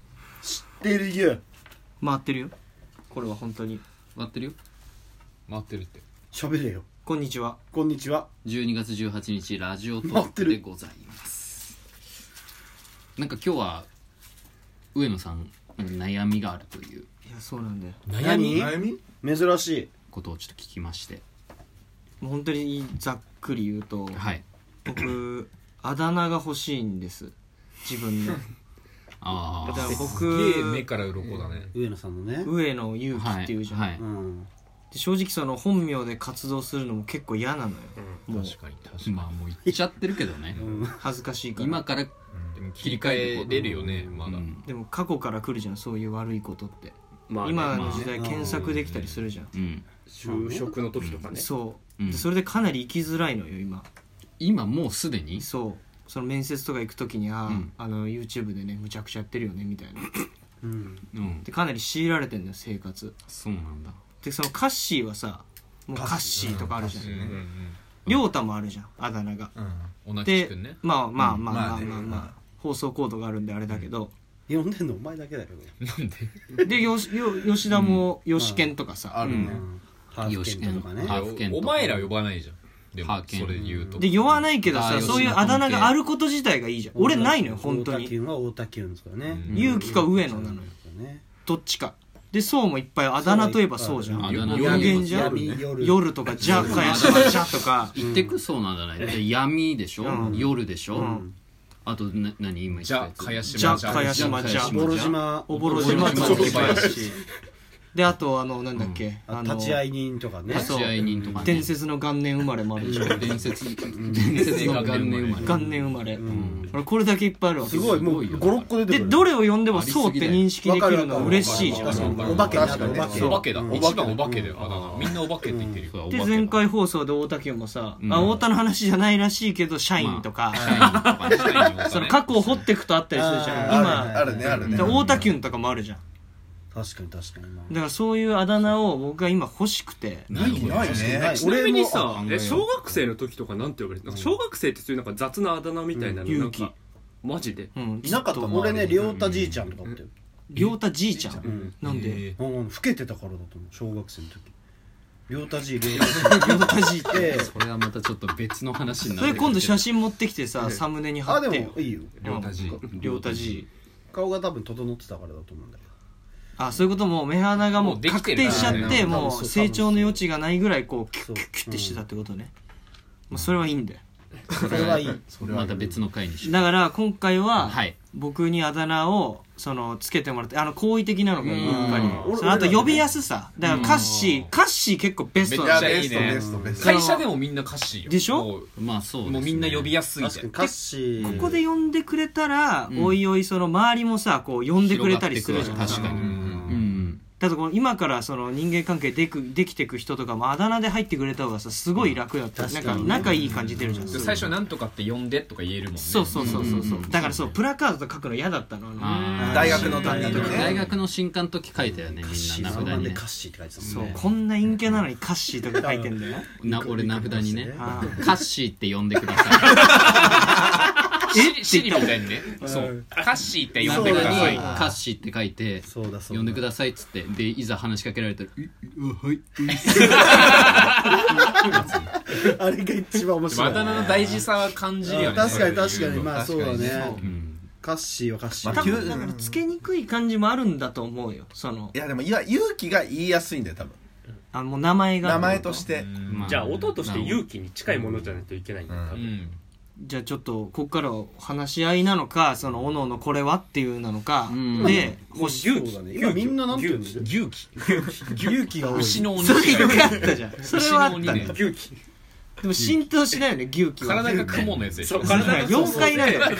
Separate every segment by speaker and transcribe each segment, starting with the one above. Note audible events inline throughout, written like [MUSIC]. Speaker 1: ってるよ
Speaker 2: 回ってるよこれは本当に
Speaker 3: 回ってるよ回ってるって
Speaker 1: 喋れよ
Speaker 2: こんにちは
Speaker 1: こんにちは
Speaker 3: 12月18日ラジオトークでございますなんか今日は上野さん悩みがあるという
Speaker 2: いやそうなんだよ
Speaker 1: 悩み
Speaker 4: 悩み
Speaker 1: 珍しい
Speaker 3: ことをちょっと聞きまして
Speaker 2: もう本当にざっくり言うと、
Speaker 3: はい
Speaker 2: 僕あだ名が欲しいんです自分の
Speaker 3: あ
Speaker 2: だ
Speaker 3: あ
Speaker 2: から
Speaker 4: すげえ目
Speaker 2: 僕
Speaker 4: から鱗だね
Speaker 1: 上野さんのね
Speaker 2: 上野勇気っていうじゃん、
Speaker 3: はい、はい
Speaker 1: うん
Speaker 2: で正直その本名で活動するのも結構嫌なのよ、もう
Speaker 4: 確かに確かに
Speaker 3: まあもう言っちゃってるけどね
Speaker 2: 恥ずかしいから
Speaker 3: 今から、
Speaker 4: でも切り替えれるよねま
Speaker 3: う
Speaker 4: だ
Speaker 3: ん
Speaker 2: でも過去から来るじゃんそういう悪いことって、
Speaker 5: まあね、
Speaker 2: 今
Speaker 5: ま
Speaker 2: の
Speaker 5: あ
Speaker 2: 時代検索できたりするじゃん、
Speaker 3: うん、
Speaker 5: 就職の時とかね、
Speaker 2: そう、
Speaker 3: うん
Speaker 2: でそれでかなり生きづらいのよ今
Speaker 3: 今もうすでに
Speaker 2: そうその面接とか行く時にあー、
Speaker 3: うん
Speaker 2: あの YouTube でねむちゃくちゃやってるよねみたいな
Speaker 1: うん
Speaker 3: うん
Speaker 2: でかなり強いられてんだよ生活
Speaker 3: そうなんだ
Speaker 2: でそのカッシーはさもうカッシーとかあるじゃん
Speaker 4: うんうん
Speaker 2: りょうたもあるじゃんあだ名が
Speaker 4: うん同じ
Speaker 2: で
Speaker 4: くんね
Speaker 2: まあまあまあま
Speaker 4: ま
Speaker 2: あ
Speaker 4: あね
Speaker 2: まあまあ放送コードがあるんであれだけど
Speaker 1: 呼んでんのお前だけだけど
Speaker 4: なんで
Speaker 2: でよしよ吉田も吉健とかさ
Speaker 3: るね
Speaker 1: うんハーフケンタとかね
Speaker 3: よしハーフケン
Speaker 4: お
Speaker 3: とか
Speaker 4: 前ら呼ばないじゃんで
Speaker 3: ハ
Speaker 4: も
Speaker 3: ーケン
Speaker 4: それ言うと
Speaker 2: で酔わないけど
Speaker 3: あ
Speaker 2: さ
Speaker 3: ー
Speaker 2: そういう
Speaker 3: 吉田
Speaker 2: あだ名があること自体がいいじゃん俺ないのよ本当
Speaker 1: 大田キ
Speaker 2: に
Speaker 1: ュンは大田キュンですからね
Speaker 4: うん
Speaker 2: 勇気か上野なのよ
Speaker 1: ね
Speaker 2: どっちかでそうもいっぱいあだ名といえばそうじゃん
Speaker 3: あだ名
Speaker 2: 有限じゃん
Speaker 1: 闇夜
Speaker 2: 夜とかじゃかやしばじゃとか
Speaker 3: 言ってくそうなんじゃないで闇でしょ、
Speaker 2: うん
Speaker 3: 夜でしょ、
Speaker 2: ん
Speaker 3: あとな何今言
Speaker 4: じゃ
Speaker 3: っ
Speaker 4: あ
Speaker 3: てたや
Speaker 4: 茅
Speaker 3: つ
Speaker 2: じゃ
Speaker 4: 島
Speaker 2: かやしばじゃ
Speaker 3: じゃ
Speaker 1: ボロ島
Speaker 2: おぼろ島と
Speaker 4: おぼろ島
Speaker 2: かであとあのなんだっけあの
Speaker 1: 立ち会い人とかね
Speaker 2: あそう
Speaker 3: 立ち会い人とかね
Speaker 2: 伝説の元年生まれもあるじゃん
Speaker 3: 伝説伝説の元年生ま
Speaker 2: 元
Speaker 3: れ
Speaker 2: 年生まれ、
Speaker 1: ん
Speaker 2: 俺これだけいっぱいあるわけ
Speaker 1: すごいもう
Speaker 3: すごいよ
Speaker 1: 56個出て
Speaker 2: で
Speaker 1: くる
Speaker 2: どれを読んでもそうって認識できるのは嬉しいじゃ
Speaker 1: わ
Speaker 2: ん
Speaker 1: かるわかる
Speaker 2: で
Speaker 1: お化けになるお化け
Speaker 4: お化けだ
Speaker 1: うん
Speaker 4: 一番お化けだよあだ名みんなお化けって言ってるよ
Speaker 3: そう
Speaker 2: 前回放送で大竹もさ、
Speaker 3: うん
Speaker 2: あ太田の話じゃないらしいけど社員とか、その過去を掘っていくとあったりするじゃん
Speaker 1: あ
Speaker 2: 今
Speaker 1: ー
Speaker 6: あるねあるね
Speaker 2: で太田キュンとかもあるじゃん
Speaker 1: 確かに確かにな
Speaker 2: だからそういうあだ名を僕が今欲しくて
Speaker 3: ない
Speaker 6: ないね
Speaker 5: ちなみに
Speaker 3: 俺も
Speaker 5: さ
Speaker 3: 考えよう
Speaker 5: え小学生の時とかなんて呼ばれてた小学生ってそういうなんか雑なあだ名みたいなの
Speaker 2: うん
Speaker 5: なんか
Speaker 2: 勇
Speaker 5: マジで
Speaker 2: うん
Speaker 1: いなかった俺ね両太じいちゃんとかって
Speaker 2: 亮太じいちゃん、
Speaker 1: ん
Speaker 2: なんで、
Speaker 4: えー
Speaker 1: うん老けてたからだと思う小学生の時両太じい両太
Speaker 2: 亮太じいって
Speaker 1: で
Speaker 3: これはまたちょっと別の話にな
Speaker 2: それ今度写真持ってきてさ、サムネに貼
Speaker 1: あ
Speaker 2: って
Speaker 1: で
Speaker 2: よ
Speaker 1: もいいよ
Speaker 4: 両太じい
Speaker 2: うん亮太じい
Speaker 1: 顔が多分整ってたからだと思うんだけど
Speaker 2: あそういうこともう目鼻がも
Speaker 4: も
Speaker 2: う
Speaker 4: うでき
Speaker 2: 確
Speaker 4: てる
Speaker 2: 定しちゃっ
Speaker 4: あ
Speaker 2: て
Speaker 4: ー
Speaker 2: も
Speaker 1: そうう
Speaker 2: 成長の余地がないぐらいこうキュ
Speaker 1: そ
Speaker 2: ッ
Speaker 1: う
Speaker 2: キュッキュッてしてたってことね、まあ、それはいいんだよ
Speaker 1: それはいい
Speaker 3: また別の回にしよ
Speaker 2: だから今回
Speaker 3: う
Speaker 2: は
Speaker 3: はい
Speaker 2: 僕にあだ名をそのつけてもらってあの好意的なのがいいやっぱり
Speaker 1: うん
Speaker 2: そのあと呼びやすさだからカッシーカッシー結構ベスト
Speaker 4: めっ
Speaker 2: だ
Speaker 4: ちゃいい
Speaker 6: ベストベストベスト
Speaker 4: 会社でもみんな歌詞よ
Speaker 2: でしょ
Speaker 4: も
Speaker 3: まあそう
Speaker 4: う
Speaker 3: ですね
Speaker 4: もうみんな呼びやすい
Speaker 1: 確か
Speaker 4: で
Speaker 1: に歌詞
Speaker 2: ここで呼んでくれたら、
Speaker 3: うん
Speaker 2: おいおいその周りもさこう呼んでくれたりするじゃん
Speaker 3: 広がってくわ確かにうんうん
Speaker 2: だとこの今からその人間関係でくできてく人とかもあだ名で入ってくれた方がさすごい楽だった、
Speaker 1: うん
Speaker 2: なん
Speaker 1: 確
Speaker 2: か
Speaker 1: かに
Speaker 2: 仲いい感じ出るじゃん、
Speaker 4: で最初なんとかって呼んでとか言えるもんね
Speaker 2: そうそうそうそうそう、
Speaker 3: うん
Speaker 2: だからそうプラカードと書くの嫌だったの
Speaker 3: あー
Speaker 6: 大学の担任の
Speaker 3: 大
Speaker 6: ね
Speaker 3: 学の新刊の時書いたよねみん
Speaker 1: 歌詞
Speaker 3: な名
Speaker 1: そ
Speaker 3: 札
Speaker 1: のなん
Speaker 3: に
Speaker 1: で
Speaker 3: ね
Speaker 1: 歌詞って書いてた
Speaker 2: そ
Speaker 1: も
Speaker 2: うん
Speaker 1: ね
Speaker 2: こんな陰キャなのにカッシーとか書いてんだよ
Speaker 3: な俺名札にね
Speaker 2: あ
Speaker 3: 「カッシー」って呼んでくださ
Speaker 4: シシリみたいにねそう歌詞って
Speaker 3: い
Speaker 4: 呼
Speaker 3: 名
Speaker 4: ん
Speaker 3: 札に
Speaker 4: でください
Speaker 3: 「カッシー」って書いて
Speaker 1: そうだそうだ
Speaker 3: 呼んでくださいっつってでいざ話しかけられたら「うううはいう
Speaker 1: あれが一番面白い
Speaker 4: あだ名の大事さは感じるよ
Speaker 1: うん
Speaker 4: ね
Speaker 1: 確かに確かにまあそうだ
Speaker 4: 確か
Speaker 1: ね
Speaker 3: うん
Speaker 1: 歌詞は歌詞
Speaker 2: 多分だからつけにくい感じもあるんだと思うよその
Speaker 6: いやでもいや勇気が言いやすいんだよ多分
Speaker 2: あもう名前が
Speaker 6: 名前として
Speaker 3: ま
Speaker 5: じゃあ音として勇気に近いものじゃないといけないんだよ多
Speaker 4: う
Speaker 5: 分
Speaker 4: ん
Speaker 2: じゃあちょっとここからは話し合いなのかそのおのおのこれはっていうなのか、
Speaker 3: うん
Speaker 2: で
Speaker 5: もう勇
Speaker 1: そうだね
Speaker 5: 気
Speaker 1: 今みんななんて言うんだよ
Speaker 4: 牛気
Speaker 1: 勇気が多い
Speaker 4: 牛の鬼
Speaker 2: それよかったじゃんそれはあったね
Speaker 4: 牛の鬼ね
Speaker 5: 勇気
Speaker 2: でも浸透しないよね牛気は
Speaker 4: 体が雲のやつでしょ
Speaker 5: そう体が
Speaker 2: 4回なんだよ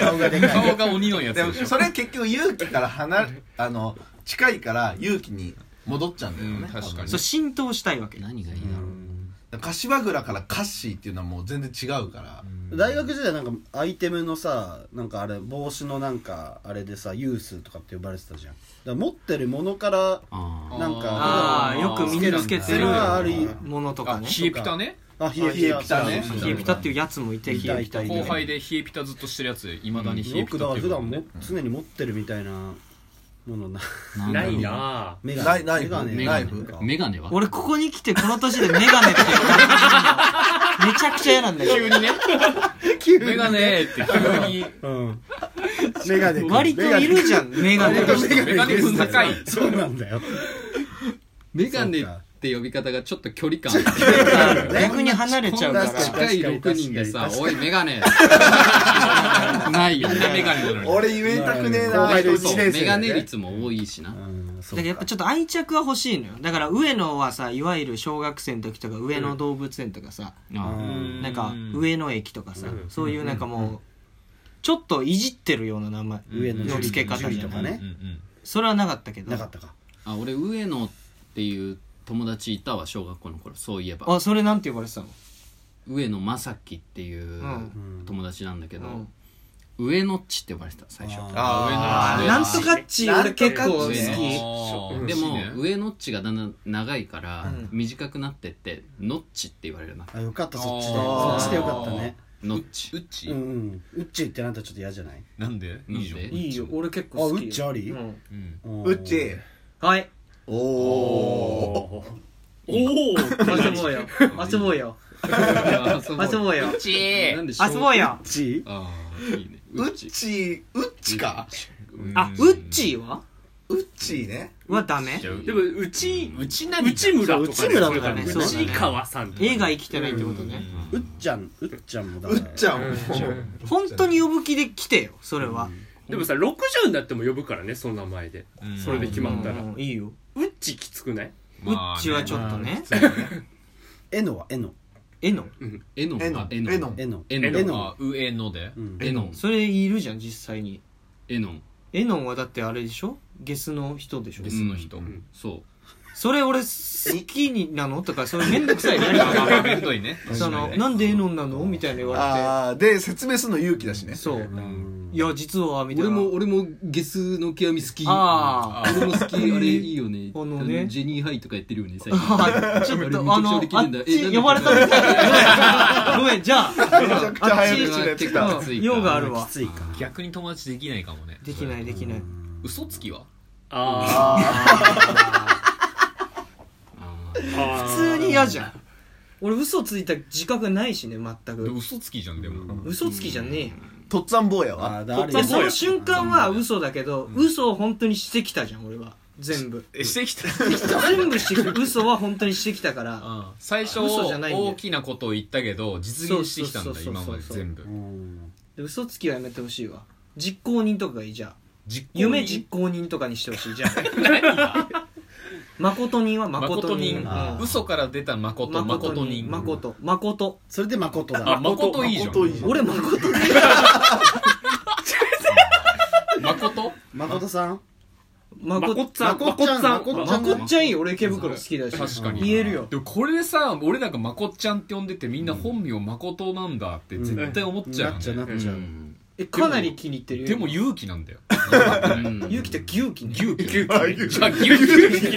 Speaker 1: 顔がでかい
Speaker 4: 顔が鬼のやつ
Speaker 6: でも
Speaker 4: でしょ
Speaker 6: それ結局勇気から離れあの近いから勇気に戻っちゃうんだよね、
Speaker 4: うん確かに
Speaker 2: そう浸透したいわけ
Speaker 3: 何がいいだろう
Speaker 6: 柏倉からカッシーっていうのはもう全然違うから、
Speaker 1: 大学時代なんかアイテムのさなんかあれ帽子のなんかあれでさユースとかって呼ばれてたじゃんだから持ってるものから
Speaker 3: あ
Speaker 1: なん
Speaker 2: あ
Speaker 1: か
Speaker 2: あよくみんなつけ
Speaker 1: そ
Speaker 2: て
Speaker 1: れ
Speaker 2: る
Speaker 1: はある
Speaker 2: ものとか
Speaker 4: あ
Speaker 2: ね
Speaker 4: 冷えピタね
Speaker 1: あ冷え
Speaker 6: 冷えピタね
Speaker 1: そうそう
Speaker 2: 冷えピタっていうやつもいて
Speaker 1: いた
Speaker 2: 冷えピタ
Speaker 1: いた
Speaker 4: 後
Speaker 1: い
Speaker 4: 輩で冷えピタずっとしてるやついまだに冷え
Speaker 1: よ
Speaker 4: ピ
Speaker 1: くだ
Speaker 4: タ
Speaker 1: から
Speaker 4: って
Speaker 1: 普
Speaker 4: いう
Speaker 1: 段も常に持ってるみたいなものな
Speaker 3: なんだ
Speaker 5: な
Speaker 3: ろう
Speaker 5: いな
Speaker 1: メ
Speaker 6: ないナイ
Speaker 1: メ
Speaker 6: フ
Speaker 1: ガネ
Speaker 3: メ
Speaker 6: ナ
Speaker 3: ガ
Speaker 6: イ
Speaker 3: ネ
Speaker 6: フ
Speaker 3: かメガネは
Speaker 2: 俺ここに来てこの年でメガネって言われるのめちゃくちゃ嫌なんだ
Speaker 3: 急
Speaker 2: よ
Speaker 3: にねメガネって急に
Speaker 1: うんメガネ君
Speaker 2: 割といるじゃんメガネの人
Speaker 4: メガネ君高い
Speaker 1: そうなんだよ
Speaker 3: メガネって呼び方がちょっと距離感ある
Speaker 2: 逆に離れちゃうから
Speaker 1: 確かに
Speaker 3: 近い6人でさ「おいメガネ」ないよね
Speaker 4: メガネなのに
Speaker 6: 俺言えたくねえ
Speaker 1: 後
Speaker 6: な
Speaker 1: 輩の
Speaker 6: 一
Speaker 1: 一
Speaker 3: そう
Speaker 1: 年生
Speaker 3: メガネ率も多いしな
Speaker 1: うん
Speaker 2: だ
Speaker 1: そ
Speaker 2: か
Speaker 1: う
Speaker 2: らやっぱちょっと愛着は欲しいのよだから上野はさいわゆる小学生の時とか上野動物園とかさ、
Speaker 1: う
Speaker 3: あ
Speaker 1: ん
Speaker 2: なんか上野駅とかさ、
Speaker 5: うん
Speaker 2: そういうなんかもうちょっといじってるような名前、
Speaker 1: 上の
Speaker 2: の付け方じゃない
Speaker 1: とかね
Speaker 4: うんうん
Speaker 2: それはなかったけど
Speaker 1: なかったか
Speaker 3: あ俺上野っていう友達いたわ小学校の頃そういえば
Speaker 2: あそれなんて呼ばれてたの
Speaker 3: 上野正樹っていうう友達なんだけ
Speaker 2: う
Speaker 3: ど
Speaker 2: ん
Speaker 3: 上野っちって呼ばれてた最初
Speaker 6: あ
Speaker 2: あ
Speaker 6: ー
Speaker 2: なんとかっち俺結構好
Speaker 3: なんとかっ
Speaker 2: き
Speaker 4: あー
Speaker 3: でも
Speaker 4: 嬉しいね
Speaker 3: 上のっちがだんだん長いから
Speaker 2: うん
Speaker 3: 短くなってってのっちって言われるな
Speaker 1: あよかったそっちでそ
Speaker 4: あー
Speaker 1: っちでよかったね
Speaker 3: のっち
Speaker 4: うっ
Speaker 1: う
Speaker 4: ち
Speaker 1: んうんうっちってなんたちょっと嫌じゃない
Speaker 4: なんでいいじゃん
Speaker 3: なんで
Speaker 2: いいよ俺結
Speaker 1: あ
Speaker 2: 構好
Speaker 1: う
Speaker 2: き
Speaker 1: っちあり
Speaker 2: うん
Speaker 4: うん
Speaker 1: うん
Speaker 6: うっち
Speaker 2: はい
Speaker 6: おお
Speaker 5: おー
Speaker 2: おお遊ぼう [LAUGHS] よ遊ぼうよ遊ぼうよ
Speaker 3: ちーなんでしょ
Speaker 2: 遊ぼうよ
Speaker 1: うっち
Speaker 3: あーいいね
Speaker 6: うっちうっちか
Speaker 2: あウッチーは
Speaker 6: うっちね
Speaker 2: はダメ
Speaker 5: でもうち
Speaker 4: うちな
Speaker 5: 内村とかね
Speaker 2: そう内村とかね
Speaker 5: それから内川さんとか
Speaker 2: 絵が生きてないってことね
Speaker 1: うっちゃんうっちゃんもだ
Speaker 6: うっち
Speaker 1: ゃん
Speaker 6: ゃん
Speaker 2: 本当に呼ぶ気で来てよそれは
Speaker 5: でもさ60になっても呼ぶからねその名前でそれで決まったら
Speaker 2: うんいいよ
Speaker 5: うっちきつくない
Speaker 2: ウッチーはちょっとね
Speaker 1: えのはえの
Speaker 2: えの
Speaker 3: えの
Speaker 6: えの
Speaker 3: えの
Speaker 6: えの
Speaker 1: えの
Speaker 3: えの
Speaker 5: えの
Speaker 1: え
Speaker 4: あ
Speaker 1: の
Speaker 4: 上ので
Speaker 1: うん
Speaker 3: えの
Speaker 2: それいるじゃん実際に
Speaker 3: えの
Speaker 2: えのんはだってあれでしょゲスの人でしょ
Speaker 3: ゲスの人
Speaker 5: ん
Speaker 3: そう
Speaker 2: それ俺好きになのとかそれめんどくさいやり
Speaker 4: まあ
Speaker 2: 方
Speaker 4: まあめんどいね
Speaker 2: [LAUGHS] そのなんでえのんなのみたいな言わ
Speaker 6: ああで説明するの勇気だし
Speaker 2: れ
Speaker 6: ね
Speaker 2: てそう
Speaker 1: うん
Speaker 2: いや実はみたい
Speaker 3: 俺
Speaker 2: な
Speaker 3: も俺もゲスの極み好き
Speaker 2: あ
Speaker 4: ー
Speaker 3: 俺も好きあれいいよね
Speaker 2: あのね
Speaker 3: ジェニーハイとかやってるよね最近
Speaker 2: あちょっとあのあ
Speaker 3: あれめちゃく
Speaker 2: っ
Speaker 3: ちゃ俺聞いてんだ
Speaker 2: ち呼ばれたみたいごめんごめんじゃあ
Speaker 6: めちゃくちゃ
Speaker 2: あっ
Speaker 6: 早
Speaker 2: ち
Speaker 6: 口のやつ来た
Speaker 3: きついか
Speaker 2: 用があるわ
Speaker 1: きついか
Speaker 4: 逆に友達できないかもね
Speaker 2: できないできない
Speaker 3: 嘘つきは
Speaker 5: あ
Speaker 3: あ
Speaker 5: ー
Speaker 2: 普
Speaker 5: あ
Speaker 2: 通に嫌じゃん俺嘘ついた自覚がないしね全
Speaker 4: で
Speaker 2: く
Speaker 4: 嘘つきじゃんでも
Speaker 2: 嘘つきじゃねえよ
Speaker 6: とっつぁん坊や
Speaker 1: あ
Speaker 6: は
Speaker 1: ーだある
Speaker 2: いや
Speaker 1: よ
Speaker 2: その瞬間は嘘だけど嘘を本当にしてきたじゃん俺は全部
Speaker 4: えして
Speaker 2: [LAUGHS]
Speaker 4: きた
Speaker 2: 全部してきた嘘は本当にしてきたから
Speaker 4: 最初
Speaker 2: 嘘じゃないんだよ
Speaker 4: 大きなことを言ったけど実現してきたん
Speaker 2: そ
Speaker 4: だ
Speaker 2: うそうそう
Speaker 4: 今
Speaker 2: そう
Speaker 4: まで全部
Speaker 1: うん
Speaker 2: で嘘つきはやめてほしいわ実行人とかがいいじゃん
Speaker 4: 実行
Speaker 2: 夢
Speaker 4: 人
Speaker 2: 実行人とかにしてほしいじゃん誠人は誠
Speaker 4: 誠
Speaker 2: 人
Speaker 4: 人
Speaker 1: あー
Speaker 4: 嘘から出た誠誠人
Speaker 2: 誠誠
Speaker 1: それで誠
Speaker 4: あ
Speaker 1: だ
Speaker 4: 誠いいじゃん
Speaker 6: 誠いいじゃん
Speaker 2: 俺誠で
Speaker 4: 誠
Speaker 1: 誠さん
Speaker 5: ーまこっ
Speaker 2: 誠
Speaker 5: ちゃん
Speaker 1: まこっちゃん
Speaker 5: まこっちゃ
Speaker 1: ま
Speaker 5: ん
Speaker 1: こっちゃん
Speaker 2: 誠ちゃんいいよ俺池袋好きだし
Speaker 4: 確かに
Speaker 2: 言えるよ
Speaker 4: でもこれでさ俺なんかまこっちゃんって呼んでてみんな本名まことなんだって絶対思っちゃ
Speaker 1: なっ
Speaker 4: うよね
Speaker 1: ちゃうなっちゃう
Speaker 2: えかなり気に入ってるよ
Speaker 4: でも勇気なんだよ
Speaker 2: 勇気って牛気ね
Speaker 4: 勇気勇
Speaker 6: あ勇気
Speaker 4: じゃあ勇気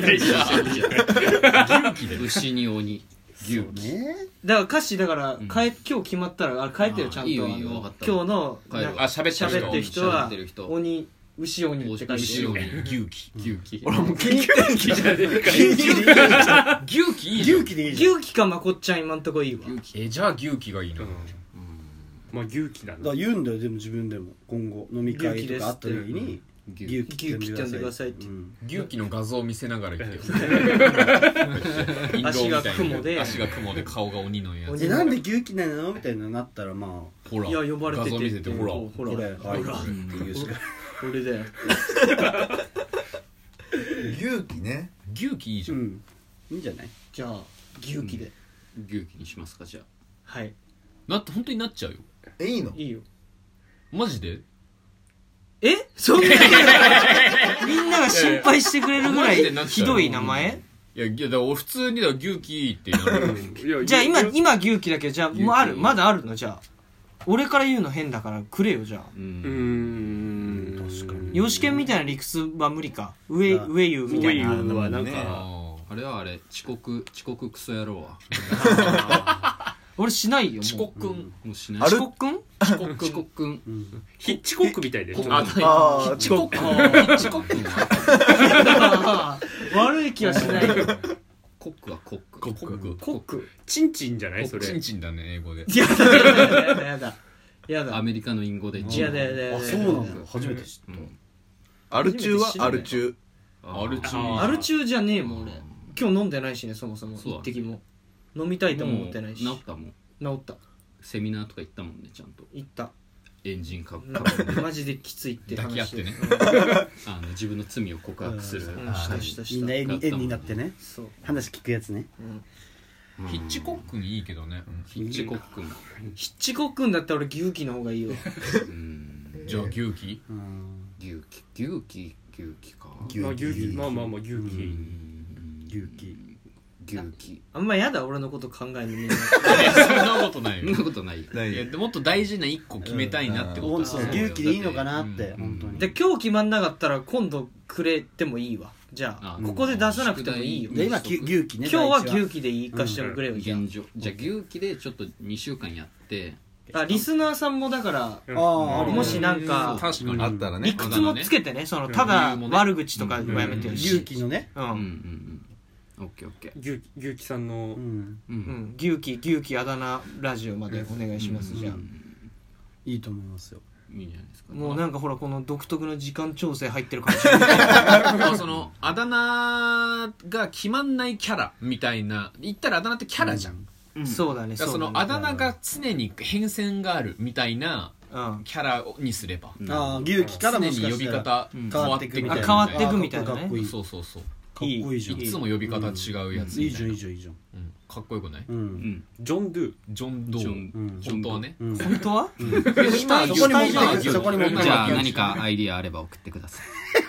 Speaker 4: でいいじゃん
Speaker 3: 勇気で牛に鬼牛
Speaker 1: ね
Speaker 2: だから歌詞だから
Speaker 3: ん
Speaker 2: 変え今日決まったらあれ変えてよちゃんと
Speaker 3: いいよいいよ
Speaker 2: あの
Speaker 3: 分かった
Speaker 2: 今日の
Speaker 3: 変える
Speaker 2: な
Speaker 4: あ喋ってる
Speaker 2: 喋
Speaker 4: 人
Speaker 2: ってる人
Speaker 3: 喋っ
Speaker 2: は
Speaker 3: てる人
Speaker 2: 鬼牛鬼って書いて
Speaker 3: 牛
Speaker 2: る
Speaker 3: 鬼
Speaker 4: 勇気
Speaker 3: 牛鬼
Speaker 2: 俺も気に入ってる
Speaker 5: じゃねえか
Speaker 4: 勇気いいじゃん
Speaker 1: 牛気でいいじゃん
Speaker 2: 牛気かまこっちゃん今んとこいいわ
Speaker 4: えじゃあ牛気がいいな
Speaker 5: まあ牛気だ
Speaker 1: だか
Speaker 5: な
Speaker 1: ら言うんだよでも自分でも今後飲み会とかあった時に
Speaker 3: 牛
Speaker 1: 牛気
Speaker 2: 牛気って呼んでくださいって
Speaker 1: うん
Speaker 4: 牛気の画像を見せながら言ってよ
Speaker 2: 足が雲で
Speaker 4: 足が雲で顔が鬼のや
Speaker 2: 鬼
Speaker 4: つ
Speaker 1: えなんで牛気なのみたいなのなったらまあ
Speaker 4: ほら
Speaker 2: いや呼ばれてて
Speaker 4: 画像見せてほら
Speaker 2: ほら
Speaker 1: こ
Speaker 2: ほ
Speaker 1: れ
Speaker 2: ら
Speaker 1: はい
Speaker 2: ほら
Speaker 1: って言うしか
Speaker 2: 俺だよ
Speaker 6: 勇気ね
Speaker 4: 牛気いいじ
Speaker 1: う
Speaker 4: ゃん
Speaker 1: んいいんじゃない
Speaker 2: じゃあ牛気で
Speaker 3: 牛鬼にしますかじゃあ
Speaker 2: はい
Speaker 4: なって本当になっちゃうよ
Speaker 6: えいいの
Speaker 2: いいよ
Speaker 4: マジで
Speaker 2: えそんな [LAUGHS] みんなが心配してくれるぐら
Speaker 4: マジでなっ
Speaker 2: い
Speaker 4: ち
Speaker 2: ひ
Speaker 4: ゃう
Speaker 2: どい名前
Speaker 4: いやいやだから俺普通にだから牛気いいって言うの
Speaker 2: じゃあ今
Speaker 5: いや
Speaker 2: 今牛気だけどじゃあ
Speaker 4: 牛気
Speaker 2: もうあるまだあるのじゃあ俺から言うの変だからくれよじゃあ
Speaker 3: う
Speaker 5: うー
Speaker 3: ん
Speaker 5: ん
Speaker 1: 確かに
Speaker 2: 養子犬みたいな理屈は無理か上
Speaker 1: あ
Speaker 2: 上言うみたいな
Speaker 5: こういうのはなん
Speaker 6: ね
Speaker 5: か
Speaker 3: あれはあれ遅刻遅刻クソ野郎は
Speaker 2: 俺しないよ
Speaker 4: チ
Speaker 2: も
Speaker 4: コくん
Speaker 3: もうし
Speaker 2: う
Speaker 3: ない
Speaker 6: あ
Speaker 2: 遅
Speaker 6: れ
Speaker 2: 刻くん
Speaker 4: チ
Speaker 3: 遅
Speaker 4: コくん
Speaker 3: 刻ん
Speaker 1: うん
Speaker 5: ヒッチコックみたいでちょっと
Speaker 3: あ
Speaker 6: ああ
Speaker 4: チコくん
Speaker 3: 遅刻んは
Speaker 2: 悪い気はし [LAUGHS] ないよ
Speaker 3: コックはコック
Speaker 4: コック
Speaker 5: コックチンチンじゃないそれ
Speaker 4: チンチンだね英語で
Speaker 2: やだやだやだや
Speaker 3: ア
Speaker 2: だ
Speaker 3: メリカの隠語で
Speaker 2: いやだやだやだ
Speaker 1: あそうなんだ初めて知っ
Speaker 3: うん
Speaker 6: アル中はアル中
Speaker 3: アルチ
Speaker 2: アル中じゃねえもん俺今日飲んでないしねそもそも
Speaker 3: そう
Speaker 2: 一
Speaker 3: だ
Speaker 2: 滴も飲みたいとも思ってないし
Speaker 3: もう治ったもん
Speaker 2: 治った
Speaker 3: セミナーとか行ったもんねちゃんと
Speaker 2: 行った
Speaker 3: エンジンかっ
Speaker 2: なマジできついって
Speaker 4: 抱き合っ
Speaker 2: 話
Speaker 4: てね
Speaker 3: あの自分の罪を告白する
Speaker 2: うん
Speaker 3: は
Speaker 2: したした
Speaker 1: み
Speaker 2: し
Speaker 1: んな
Speaker 2: た
Speaker 1: 円に円になってね
Speaker 2: そう
Speaker 1: 話聞くやつね
Speaker 2: うん
Speaker 3: い
Speaker 4: ヒッチコックンいいけどね
Speaker 3: ヒッチコックも
Speaker 2: ヒッチコックンだったら俺牛気の方がいいよ
Speaker 3: うん
Speaker 4: じゃあ牛気
Speaker 1: うん
Speaker 3: 牛気牛気牛気か
Speaker 1: 牛
Speaker 5: まあ牛気まあまあまあ牛
Speaker 3: う
Speaker 5: 気
Speaker 3: ん
Speaker 1: 牛気
Speaker 3: 牛気
Speaker 2: あんまやだ俺のこと考えるのみんな
Speaker 4: そんなことない
Speaker 3: そん
Speaker 4: よ
Speaker 3: なことないよ
Speaker 6: ない
Speaker 4: いやでもっと大事な一個決めたいなってこと
Speaker 1: 本
Speaker 4: は
Speaker 1: 当そう牛気でいいのかなって
Speaker 3: うん
Speaker 1: 本当に
Speaker 2: で今日決まんなかったら今度くれてもいいわじゃあ
Speaker 3: あ
Speaker 2: ここで出さなくてもいいよ
Speaker 3: うん
Speaker 1: で今牛牛気ね
Speaker 2: 今日は
Speaker 1: 第一
Speaker 2: 牛気でいかしてもくれよじゃ
Speaker 3: 現状じゃあ牛気でちょっと2週間やって
Speaker 2: ああリスナーさんもだから
Speaker 5: うん
Speaker 1: あああり
Speaker 2: もしなんか
Speaker 4: 確かに
Speaker 6: あったら
Speaker 2: 理
Speaker 6: ね
Speaker 2: 屈もつけてねそのただ悪口とかはやめてほし
Speaker 1: 牛
Speaker 2: い
Speaker 1: 気のね
Speaker 2: う
Speaker 3: うんうんんうんオッケーオッケー
Speaker 5: 牛気牛気さんの
Speaker 1: うん
Speaker 3: う
Speaker 2: うんん牛気牛気あだ名ラジオまでお願いしますじゃあ
Speaker 1: いいと思いますよ
Speaker 3: いいんじゃないですか
Speaker 2: もうなんかほらこの独特の時間調整入ってる感じあ
Speaker 4: まあそのあだ名が決まんないキャラみたいな言ったらあだ名ってキャラじゃん、
Speaker 2: [LAUGHS] そうだね
Speaker 4: だから
Speaker 2: そ
Speaker 4: そう
Speaker 2: だね
Speaker 4: のあだ名が常に変遷があるみたいな
Speaker 2: うん
Speaker 4: キャラにすれば
Speaker 1: ああ
Speaker 3: あ
Speaker 1: 牛気から
Speaker 4: 常
Speaker 1: もし
Speaker 4: に
Speaker 1: か
Speaker 4: 呼
Speaker 1: し
Speaker 4: び
Speaker 1: たら
Speaker 4: 方変わっていくみたいな
Speaker 2: あ変わっていくみたいな
Speaker 1: か
Speaker 2: ね
Speaker 1: っこいいか
Speaker 4: そうそうそう
Speaker 1: っこいいじゃん
Speaker 4: いつも呼び方違うやつ
Speaker 1: い
Speaker 4: み
Speaker 1: い
Speaker 4: た
Speaker 1: じゃん
Speaker 4: いない
Speaker 1: いじゃんいいじゃん
Speaker 4: うんかっこよくない
Speaker 1: うんうん
Speaker 5: ジョン・ドゥ
Speaker 4: ジョン・ドー
Speaker 1: うん
Speaker 4: 本当はね
Speaker 1: うん
Speaker 2: 本当は
Speaker 4: 今
Speaker 1: そこに持っていく
Speaker 4: 今
Speaker 1: そこに持っていく
Speaker 3: じゃあ何かアイディアあれば送ってください